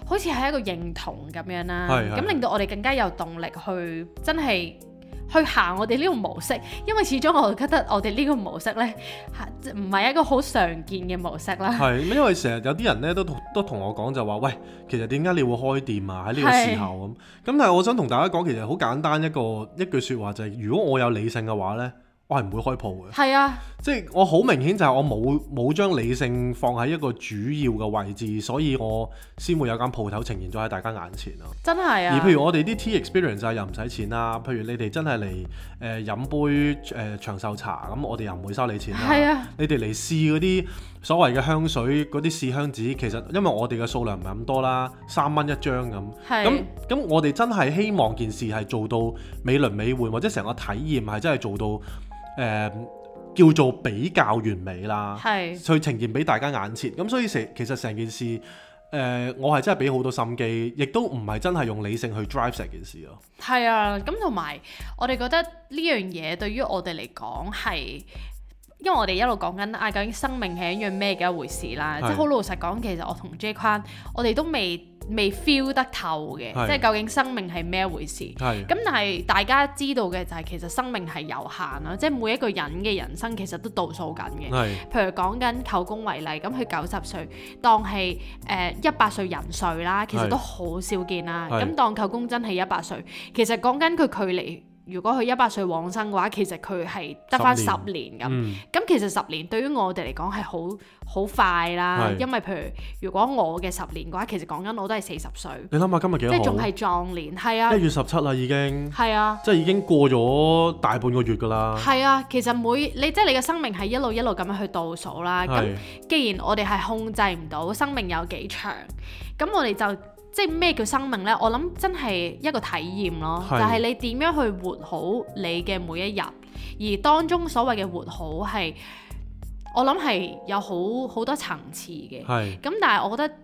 S1: 好似係一個認同咁樣啦，
S3: 係係
S1: 咁令到我哋更加有動力去真係去行我哋呢個模式，因為始終我覺得我哋呢個模式呢，係唔係一個好常見嘅模式啦。
S3: 係，因為成日有啲人咧都同都同我講就話，喂，其實點解你會開店啊？喺呢個時候咁，咁但係我想同大家講，其實好簡單一個一句説話就係、如果我有理性嘅話咧，我係唔會開鋪嘅。
S1: 係啊，
S3: 即係我好明顯就係我冇冇將理性放喺一個主要嘅位置，所以我先會有間鋪頭呈現咗喺大家眼前咯。
S1: 真係啊。
S3: 而譬如我哋啲 tea experience 啊，又唔使錢啦。譬如你哋真係嚟誒飲杯誒、呃、長壽茶，咁我哋又唔會收你錢啦。
S1: 係啊
S3: 你哋嚟試嗰啲所謂嘅香水嗰啲試香紙，其實因為我哋嘅數量唔係咁多啦，三蚊一張咁。
S1: 係
S3: 啊咁咁，我哋真係希望件事係做到美輪美奐，或者成個體驗係真係做到誒、呃叫做比較完美啦。
S1: 係
S3: 去呈現俾大家眼前。咁所以成其實成件事，誒、我係真係俾好多心機，亦都唔係真係用理性去 drive 成件事咯。
S1: 係啊，咁同埋我哋覺得呢樣嘢對於我哋嚟講係，因為我哋一路講緊啊，究竟生命係一樣咩嘅一回事啦。
S3: 係
S1: 即係好老實講，其實我同 J 框，我哋都未未 feel 得透嘅，
S3: 係
S1: 即係究竟生命係咩一回事。
S3: 係
S1: 咁但係大家知道嘅就係其實生命係有限啦，即係每一個人嘅人生其實都倒數緊嘅。
S3: 係
S1: 譬如講緊舅公為例，咁佢九十歲，當係誒一百歲人歲啦，其實
S3: 係
S1: 都好少見啦。
S3: 係
S1: 咁當舅公真係一百歲，其實講緊佢距離如果佢一百歲往生嘅話，其實佢係得翻
S3: 十
S1: 十
S3: 年
S1: 年咁。
S3: 嗯，
S1: 咁其實十年對於我哋嚟講係好好快啦，
S3: 係
S1: 因為譬如如果我嘅十年嘅話，其實講緊我都係四十歲，
S3: 你諗下今日幾
S1: 即
S3: 哎多
S1: 係仲
S3: 號？
S1: 係壯年，係啊
S3: 一，月十七啦，已經，
S1: 係啊。
S3: 即係已經過咗大半個月㗎啦。
S1: 係啊，其實每你即係你嘅生命係一路一路咁樣去倒數啦。咁
S3: 係
S1: 既然我哋係控制唔到生命有幾長，咁我哋就即係咩叫生命呢？我諗真係一個體驗咯，就
S3: 係
S1: 係你點樣去活好你嘅每一日，而當中所謂嘅活好係，我諗係有好好多層次嘅。
S3: 係
S1: 咁但係我覺得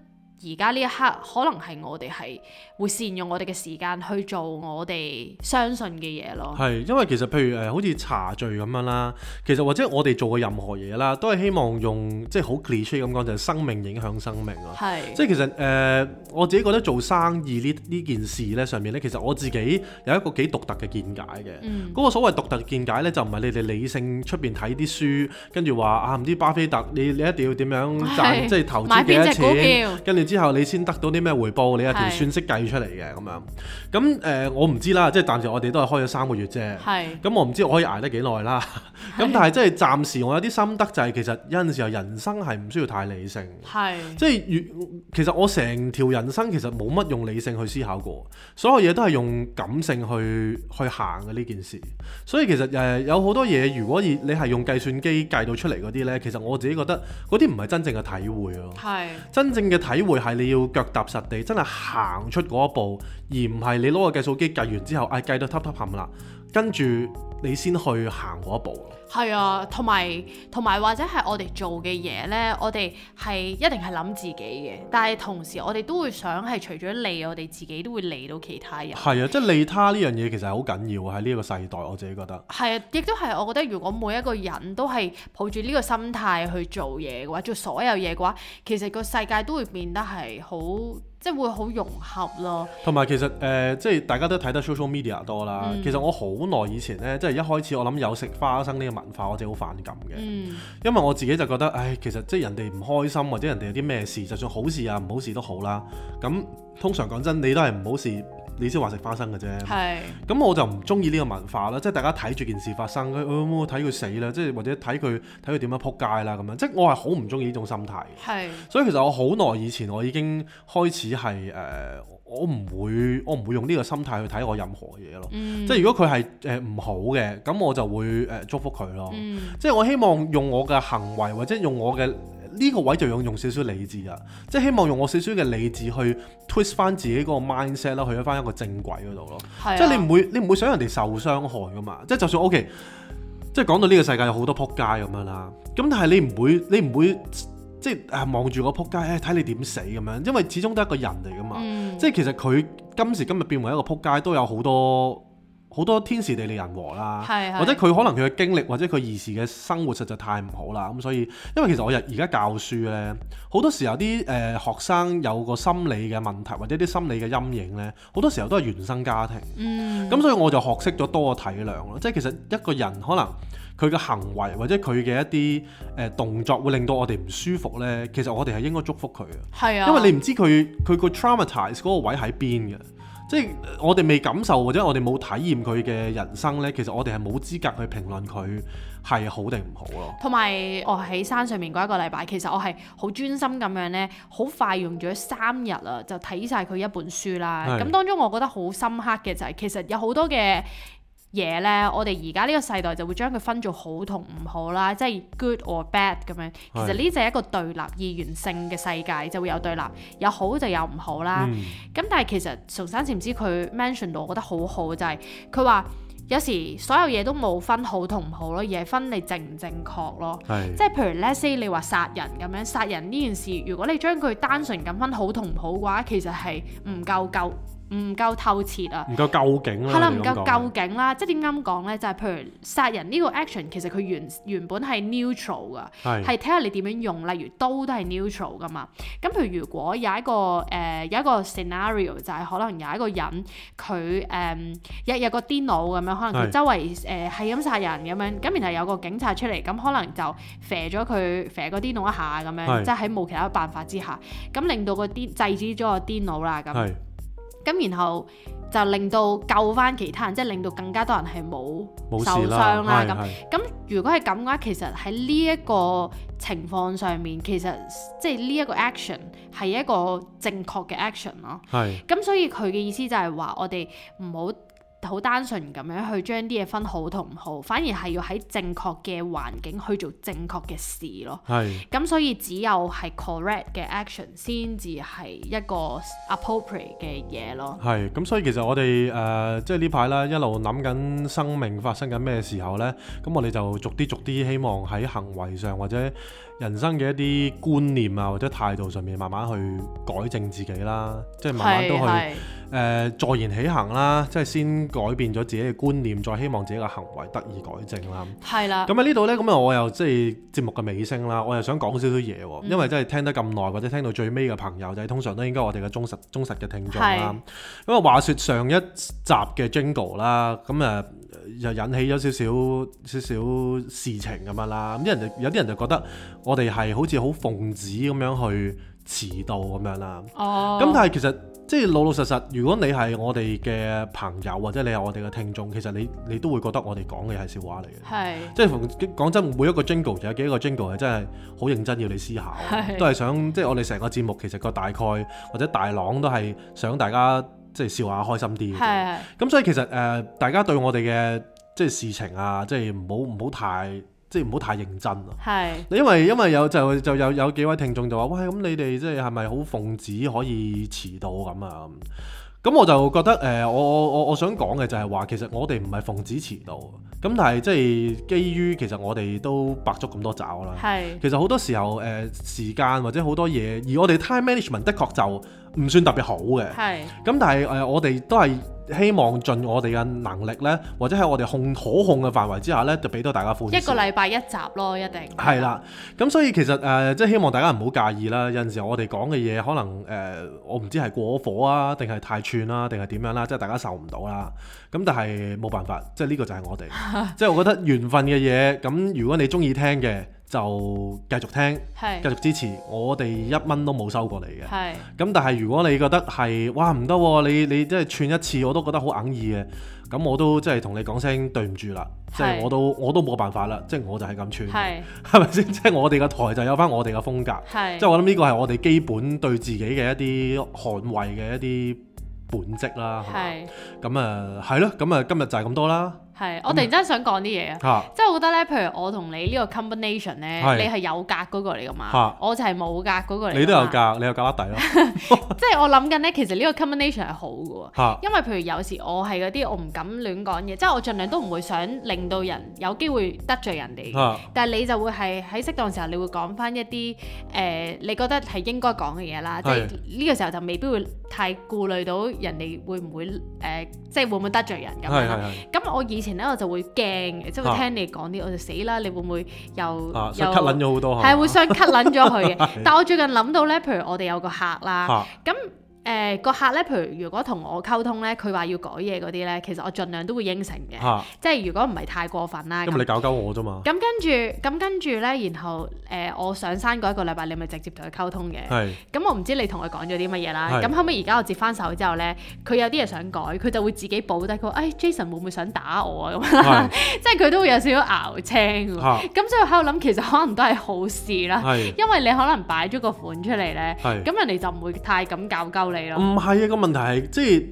S1: 而家呢一刻，可能係我哋係會善用我哋嘅時間去做我哋相信嘅嘢咯。
S3: 係，因為其實譬如誒、呃好似茶聚咁樣啦，其實或者我哋做嘅任何嘢啦，都係希望用即係好 cliche 咁講，就係生命影響生命啊。
S1: 係。
S3: 即係其實誒、呃我自己覺得做生意呢呢件事咧上面咧，其實我自己有一個幾獨特嘅見解嘅。嗰、
S1: 嗯
S3: 個所謂獨特嘅見解咧，就唔係你哋理性出邊睇啲書，跟住話啊唔知巴菲特你你一定要點樣賺，
S1: 係
S3: 即係投
S1: 買
S3: 資幾
S1: 邊
S3: 多
S1: 隻股
S3: 錢，
S1: 票？
S3: 跟住之後你先得到啲咩回報，你一條
S1: 係
S3: 算式計出嚟嘅咁樣。咁誒、呃我唔知啦，即係暫時我哋都係開咗三個月啫。
S1: 係
S3: 咁我唔知我可以捱得幾耐啦。咁但係即係暫時我有啲心得就係其實有陣時候人生係唔需要太理性。
S1: 係
S3: 即係越其實我成條人生其實冇乜用理性去思考過，所有嘢都係用感性去去行嘅呢件事。所以其實誒、呃有好多嘢，如果以你係用計算機計到出嚟嗰啲呢，其實我自己覺得嗰啲唔係真正嘅體會咯。
S1: 係
S3: 真正嘅體會係你要腳踏實地，真係行出嗰一步，而唔係你攞個計數機計完之後，哎唉、計到揼揼冚啦，跟住你先去行嗰一步咯。
S1: 係啊，同埋同埋或者係我哋做嘅嘢呢，我哋係一定係諗自己嘅，但係同時我哋都會想係除咗利我哋自己，都會利到其他人。
S3: 係啊，即係利他呢樣嘢其實係好緊要啊喺呢一個世代，我自己覺得。
S1: 係啊，亦都係我覺得，如果每一個人都係抱住呢個心態去做嘢嘅話，做所有嘢嘅話，其實個世界都會變得係好，即係會好融合咯。
S3: 同埋其實誒、呃即係大家都睇得 social media 多啦。其實我好耐以前呢，即係一開始我諗有食花生呢個文化，我自己好反感嘅，
S1: 嗯，
S3: 因為我自己就覺得，唉，其實即係人哋唔開心或者人哋有啲咩事，就算好事啊唔好事都好啦。咁通常講真，你都係唔好事，你先話食花生嘅啫。
S1: 係
S3: 咁我就唔中意呢個文化啦，即係大家睇住件事發生，佢我睇佢死啦，即係或者睇佢睇佢點樣撲街啦咁樣，即係我係好唔中意呢種心態嘅。
S1: 係
S3: 所以其實我好耐以前我已經開始係誒、呃我唔會我唔會用呢個心態去睇我任何嘢咯。
S1: 嗯
S3: 即係如果佢係誒唔好嘅，咁我就會誒、呃祝福佢咯。
S1: 嗯
S3: 即係我希望用我嘅行為或者用我嘅呢個位就用用少少理智啊，即係希望用我少少嘅理智去 twist 翻自己嗰個 mindset 啦，去咗翻一個正軌嗰度咯。
S1: 係啊，
S3: 即係你唔會你唔會想人哋受傷害噶嘛？即係就算 OK，即係講到呢個世界有好多撲街咁樣啦，咁但係你唔會你唔會即係啊望住個撲街，誒睇你點死咁樣，因為始終都係一個人嚟噶嘛。
S1: 嗯
S3: 即係其實佢今時今日變為一個撲街，都有好多好多天時地利人和啦。
S1: 係係
S3: 或者佢可能佢嘅經歷或者佢兒時嘅生活實在太唔好啦，咁所以因為其實我日而家教書呢，好多時候啲誒、呃、學生有個心理嘅問題或者啲心理嘅陰影呢，好多時候都係原生家庭。
S1: 嗯
S3: 咁所以我就學識咗多個體諒咯，即係其實一個人可能佢嘅行為或者佢嘅一啲誒、呃、動作會令到我哋唔舒服呢，其實我哋係應該祝福佢嘅，
S1: 係啊，
S3: 因為你唔知佢佢個 traumatize 嗰個位喺邊嘅，即係我哋未感受或者我哋冇體驗佢嘅人生呢，其實我哋係冇資格去評論佢係好定唔好咯。
S1: 同埋我喺山上面嗰一個禮拜，其實我係好專心咁樣呢，好快用咗三日啦，就睇晒佢一本書啦。
S3: 係
S1: 咁當中我覺得好深刻嘅就係、其實有好多嘅嘢呢，我哋而家呢個世代就會將佢分做好同唔好啦，即係 good or bad 咁樣。其實
S3: 係
S1: 呢就係一個對立二元性嘅世界，就會有對立，有好就有唔好
S3: 嗯
S1: 啦。咁但係其實崇山禪師佢 mention 到，我覺得好好就係佢話有時所有嘢都冇分好同唔好咯，而係分你正唔正確咯。
S3: 係
S1: 即係譬如 let's say 你話殺人咁樣，殺人呢件事，如果你將佢單純咁分好同唔好嘅話，其實係唔夠夠唔夠透徹啊。
S3: 唔夠究竟啦，
S1: 係啦，
S3: 你
S1: 唔
S3: 咁
S1: 夠
S3: 講啊
S1: 究竟啦，即係點解咁講呢？就係、譬如殺人呢個 action，其實佢原原本係 neutral 噶，
S3: 係
S1: 係睇下你點樣用。例如刀都係 neutral 噶嘛。咁譬如如果有一個誒、呃有一個 scenario 就係可能有一個人佢誒、嗯有有個癲佬咁樣，可能佢
S3: 係
S1: 周圍誒係咁殺人咁樣，咁然後有個警察出嚟，咁可能就啡咗佢啡個癲佬一下咁樣，
S3: 係
S1: 即係喺冇其他辦法之下，咁令到個癲制止咗個癲佬啦咁。
S3: 係
S1: 咁然後就令到救翻其他人，即係令到更加多人係冇
S3: 冇
S1: 受
S3: 事
S1: 傷啦
S3: 啦，
S1: 咁。
S3: 係
S1: 咁如果係咁嘅話，其實喺呢一個情況上面，其實即係呢一個 action 係一個正確嘅 action 咯。
S3: 係
S1: 咁所以佢嘅意思就係話，我哋唔好好單純咁樣去將啲嘢分好同唔好，反而係要喺正確嘅環境去做正確嘅事咯。
S3: 係
S1: 咁所以只有係 correct 嘅 action 先至係一個 appropriate 嘅嘢咯。
S3: 係咁，所以其實我哋誒、呃即係呢排啦，一路諗緊生命發生緊咩時候呢，咁我哋就逐啲逐啲希望喺行為上或者人生嘅一啲觀念啊或者態度上面慢慢去改正自己啦，即係慢慢都去誒、
S1: 係
S3: 呃坐言起行啦，即係先改變咗自己嘅觀念，再希望自己嘅行為得以改正啦。
S1: 係啦
S3: 咁，喺呢度呢，咁啊，我又即係節目嘅尾聲啦，我又想講少少嘢喎，因為真係聽得咁耐或者聽到最尾嘅朋友仔，通常都應該我哋嘅忠實忠實嘅聽眾啦。咁啊，話說上一集嘅 Jingle 啦，咁啊又引起咗少少少少事情咁樣啦。咁啲人就有啲人就覺得我哋係好似好奉旨咁樣去遲到咁樣啦。
S1: 哦，
S3: 咁但係其實即係老老實實，如果你係我哋嘅朋友或者你係我哋嘅聽眾，其實你你都會覺得我哋講嘅係笑話嚟嘅。
S1: 係
S3: 即係逢講真，每一個 jingle 有幾個 jingle 係真係好認真要你思考，
S1: 係
S3: 都係想即係我哋成個節目其實個大概或者大朗都係想大家即係笑下開心啲
S1: 係啊
S3: 嘅。
S1: 係
S3: 咁所以其實誒、呃大家對我哋嘅即係事情啊，即係唔好唔好太即係唔好太認真啊。
S1: 係
S3: 因為因為有就就有有幾位聽眾就話：喂，咁你哋即係係咪好奉旨可以遲到咁啊？咁我就覺得誒、呃我我我我想講嘅就係話，其實我哋唔係奉旨遲到，咁但係即係基於其實我哋都白足咁多爪啦。
S1: 係
S3: 其實好多時候誒、呃、時間或者好多嘢，而我哋 time management 的確就唔算特別好嘅。
S1: 係
S3: 咁但係誒、呃我哋都係希望盡我哋嘅能力呢，或者喺我哋控可控嘅範圍之下呢，就俾到大家歡笑。
S1: 一個禮拜一集咯，一定
S3: 係啦，咁所以其實誒、呃即係希望大家唔好介意啦。有陣時我哋講嘅嘢，可能誒、呃我唔知係過火啊，定係太串啦、定係點樣啦、即係大家受唔到啦。咁但係冇辦法，即係呢個就係我 哋。即係我覺得緣分嘅嘢，咁如果你中意聽嘅，就繼續聽，
S1: 係
S3: 繼續支持。我哋一蚊都冇收過你嘅。
S1: 係
S3: 咁但係如果你覺得係哇唔得喎，你你即係串一次我都覺得好硬意嘅，咁我都即係同你講聲對唔住啦，即係
S1: 係
S3: 我都我都冇辦法啦，即係我就係咁串。
S1: 係
S3: 係咪先？即 係我哋個台就有翻我哋嘅風格，
S1: 係
S3: 即係我諗呢個係我哋基本對自己嘅一啲捍衞嘅一啲本職啦。係咪
S1: 係
S3: 咁啊，係咯，咁啊，今日就係咁多啦。
S1: 係，我突然之間想講啲嘢啊！
S3: 嚇
S1: 即係我覺得咧，譬如我同你呢個 combination 咧，
S3: 係
S1: 你係有格嗰個嚟噶嘛
S3: 嚇，
S1: 我就係冇格嗰個嚟。
S3: 你都有。格，你有格拉底咯。
S1: 即係我諗緊咧，其實呢個 combination 係好嘅喎。
S3: 嚇
S1: 因為譬如有時我係嗰啲我唔敢亂講嘢，即係我盡量都唔會想令到人有機會得罪人哋。
S3: 嚇
S1: 但係你就會係喺適當時候，你會講翻一啲誒、呃你覺得係應該講嘅嘢啦。即係
S3: 係
S1: 呢個時候就未必會太顧慮到人哋會唔會誒、呃即係會唔會得罪人咁
S3: 係
S1: 樣
S3: 係
S1: 啦。
S3: 係
S1: 咁我以前咧我就會驚嘅，即係會
S3: 啊
S1: 聽你講啲，我就死啦！你會唔會又
S3: 嚇，所以
S1: 又
S3: 啊 cut 撚咗啊好多嚇。？
S1: 係會想 cut 撚咗佢嘅 但我最近諗到咧，譬如我哋有個客啦。
S3: 嚇
S1: 咁誒個客咧，譬如如果同我溝通咧，佢話要改嘢嗰啲咧，其實我盡量都會應承嘅，
S3: 嚇，
S1: 即係如果唔係太過分啦。
S3: 因
S1: 咁
S3: 為你搞鳩我啫嘛。
S1: 咁跟住，咁跟住咧，然後誒、我上山嗰一個禮拜，你咪直接同佢溝通嘅。
S3: 係
S1: 咁我唔知你同佢講咗啲乜嘢啦。
S3: 係
S1: 咁後尾而家我接翻手之後咧，佢有啲嘢想改，佢就會自己補低。佢話：，誒、Jason 哎會唔會想打我啊？咁 樣啦，
S3: 係
S1: 即係佢都會有少少熬青喎。咁、
S3: 嚇
S1: 所以我喺度諗，其實可能都係好事啦。
S3: 係。
S1: 因為你可能擺咗個款出嚟咧，
S3: 係
S1: 咁人哋就唔會太咁教鳩你咯。
S3: 唔係啊，個問題係即係，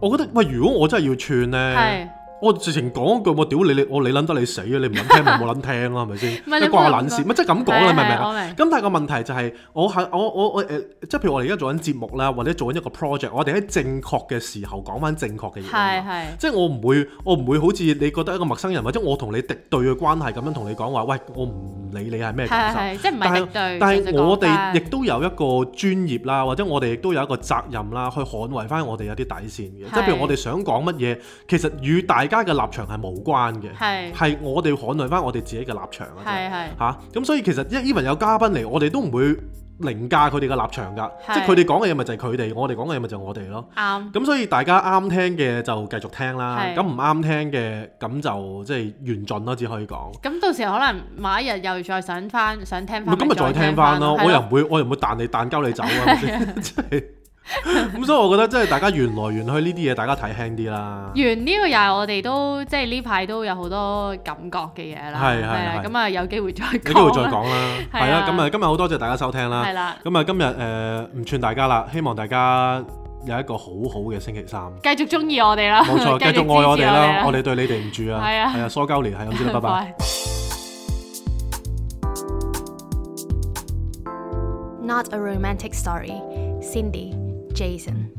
S3: 我覺得喂，如果我真係要串呢。
S1: 係
S3: 我直情講一句，我屌你你我理撚得你死啊！你唔撚聽咪冇撚聽啦，係咪先？
S1: 唔係你
S3: 你關我
S1: 冇諗
S3: 撚事，
S1: 過
S3: 咪即係咁講
S1: 係
S3: 啦，你明唔明
S1: 係我明
S3: 啊？咁但係個問題就係、我係我我我誒、即係譬如我哋而家做緊節目啦，或者做緊一個 project，我哋喺正確嘅時候講翻正確嘅嘢啊
S1: 係
S3: 嘛。
S1: 係
S3: 即係我唔會，我唔會好似你覺得一個陌生人或者我同你敵對嘅關係咁樣同你講話，喂，我唔理你係咩
S1: 係
S3: 感
S1: 係
S3: 受。
S1: 係，即係唔
S3: 但
S1: 係敵
S3: 係
S1: 對？
S3: 但
S1: 純
S3: 係
S1: 粹
S3: 我
S1: 講
S3: 哋
S1: 返
S3: 亦都有一個專業啦，或者我哋亦都有一個責任啦，去捍衞翻我哋有啲底線嘅。即係譬
S1: 係
S3: 如我哋想講乜嘢，其實與大家嘅立場係無關嘅，
S1: 係
S3: 係我哋捍衞翻我哋自己嘅立場嘅
S1: 係
S3: 啫。
S1: 係
S3: 嚇，咁、所以其實一 even 有嘉賓嚟，我哋都唔會凌駕佢哋嘅立場㗎。
S1: 係
S3: 即係佢哋講嘅嘢咪就係佢哋，我哋講嘅嘢咪就係我哋咯。
S1: 啱
S3: 咁所以大家啱聽嘅就繼續聽啦，
S1: 係
S3: 咁唔啱聽嘅咁就即係緣盡咯，只可以講。
S1: 咁到時可能某一日又再想翻，想聽
S3: 咪
S1: 翻，
S3: 今日再聽
S1: 聽
S3: 翻咯，
S1: 咯。
S3: 我又
S1: 係
S3: 唔會，我又唔會彈你彈鳩你走啊，係咪先即係咁所以我覺得即係大家緣來緣去呢啲嘢，大家睇輕啲啦。
S1: 完呢個又係我哋都即係呢排都有好多感覺嘅嘢啦，
S3: 係係
S1: 啊
S3: 係
S1: 咁啊有機會再講，
S3: 有機會再，講啦，
S1: 係啊
S3: 係啦，咁啊今日好多謝大家收聽啦，
S1: 係啦
S3: 咁啊今日誒唔串大家啦，希望大家有一個好好嘅星期三，
S1: 繼續中意我哋啦，
S3: 冇 錯，繼續
S1: 支持
S3: 愛我哋啦，我
S1: 哋
S3: 哋對你哋唔住啊，
S1: 係啊
S3: 係啊，疏交聯繫咁先啦，拜拜。
S2: Not a Romantic Story, Cindy, Jason.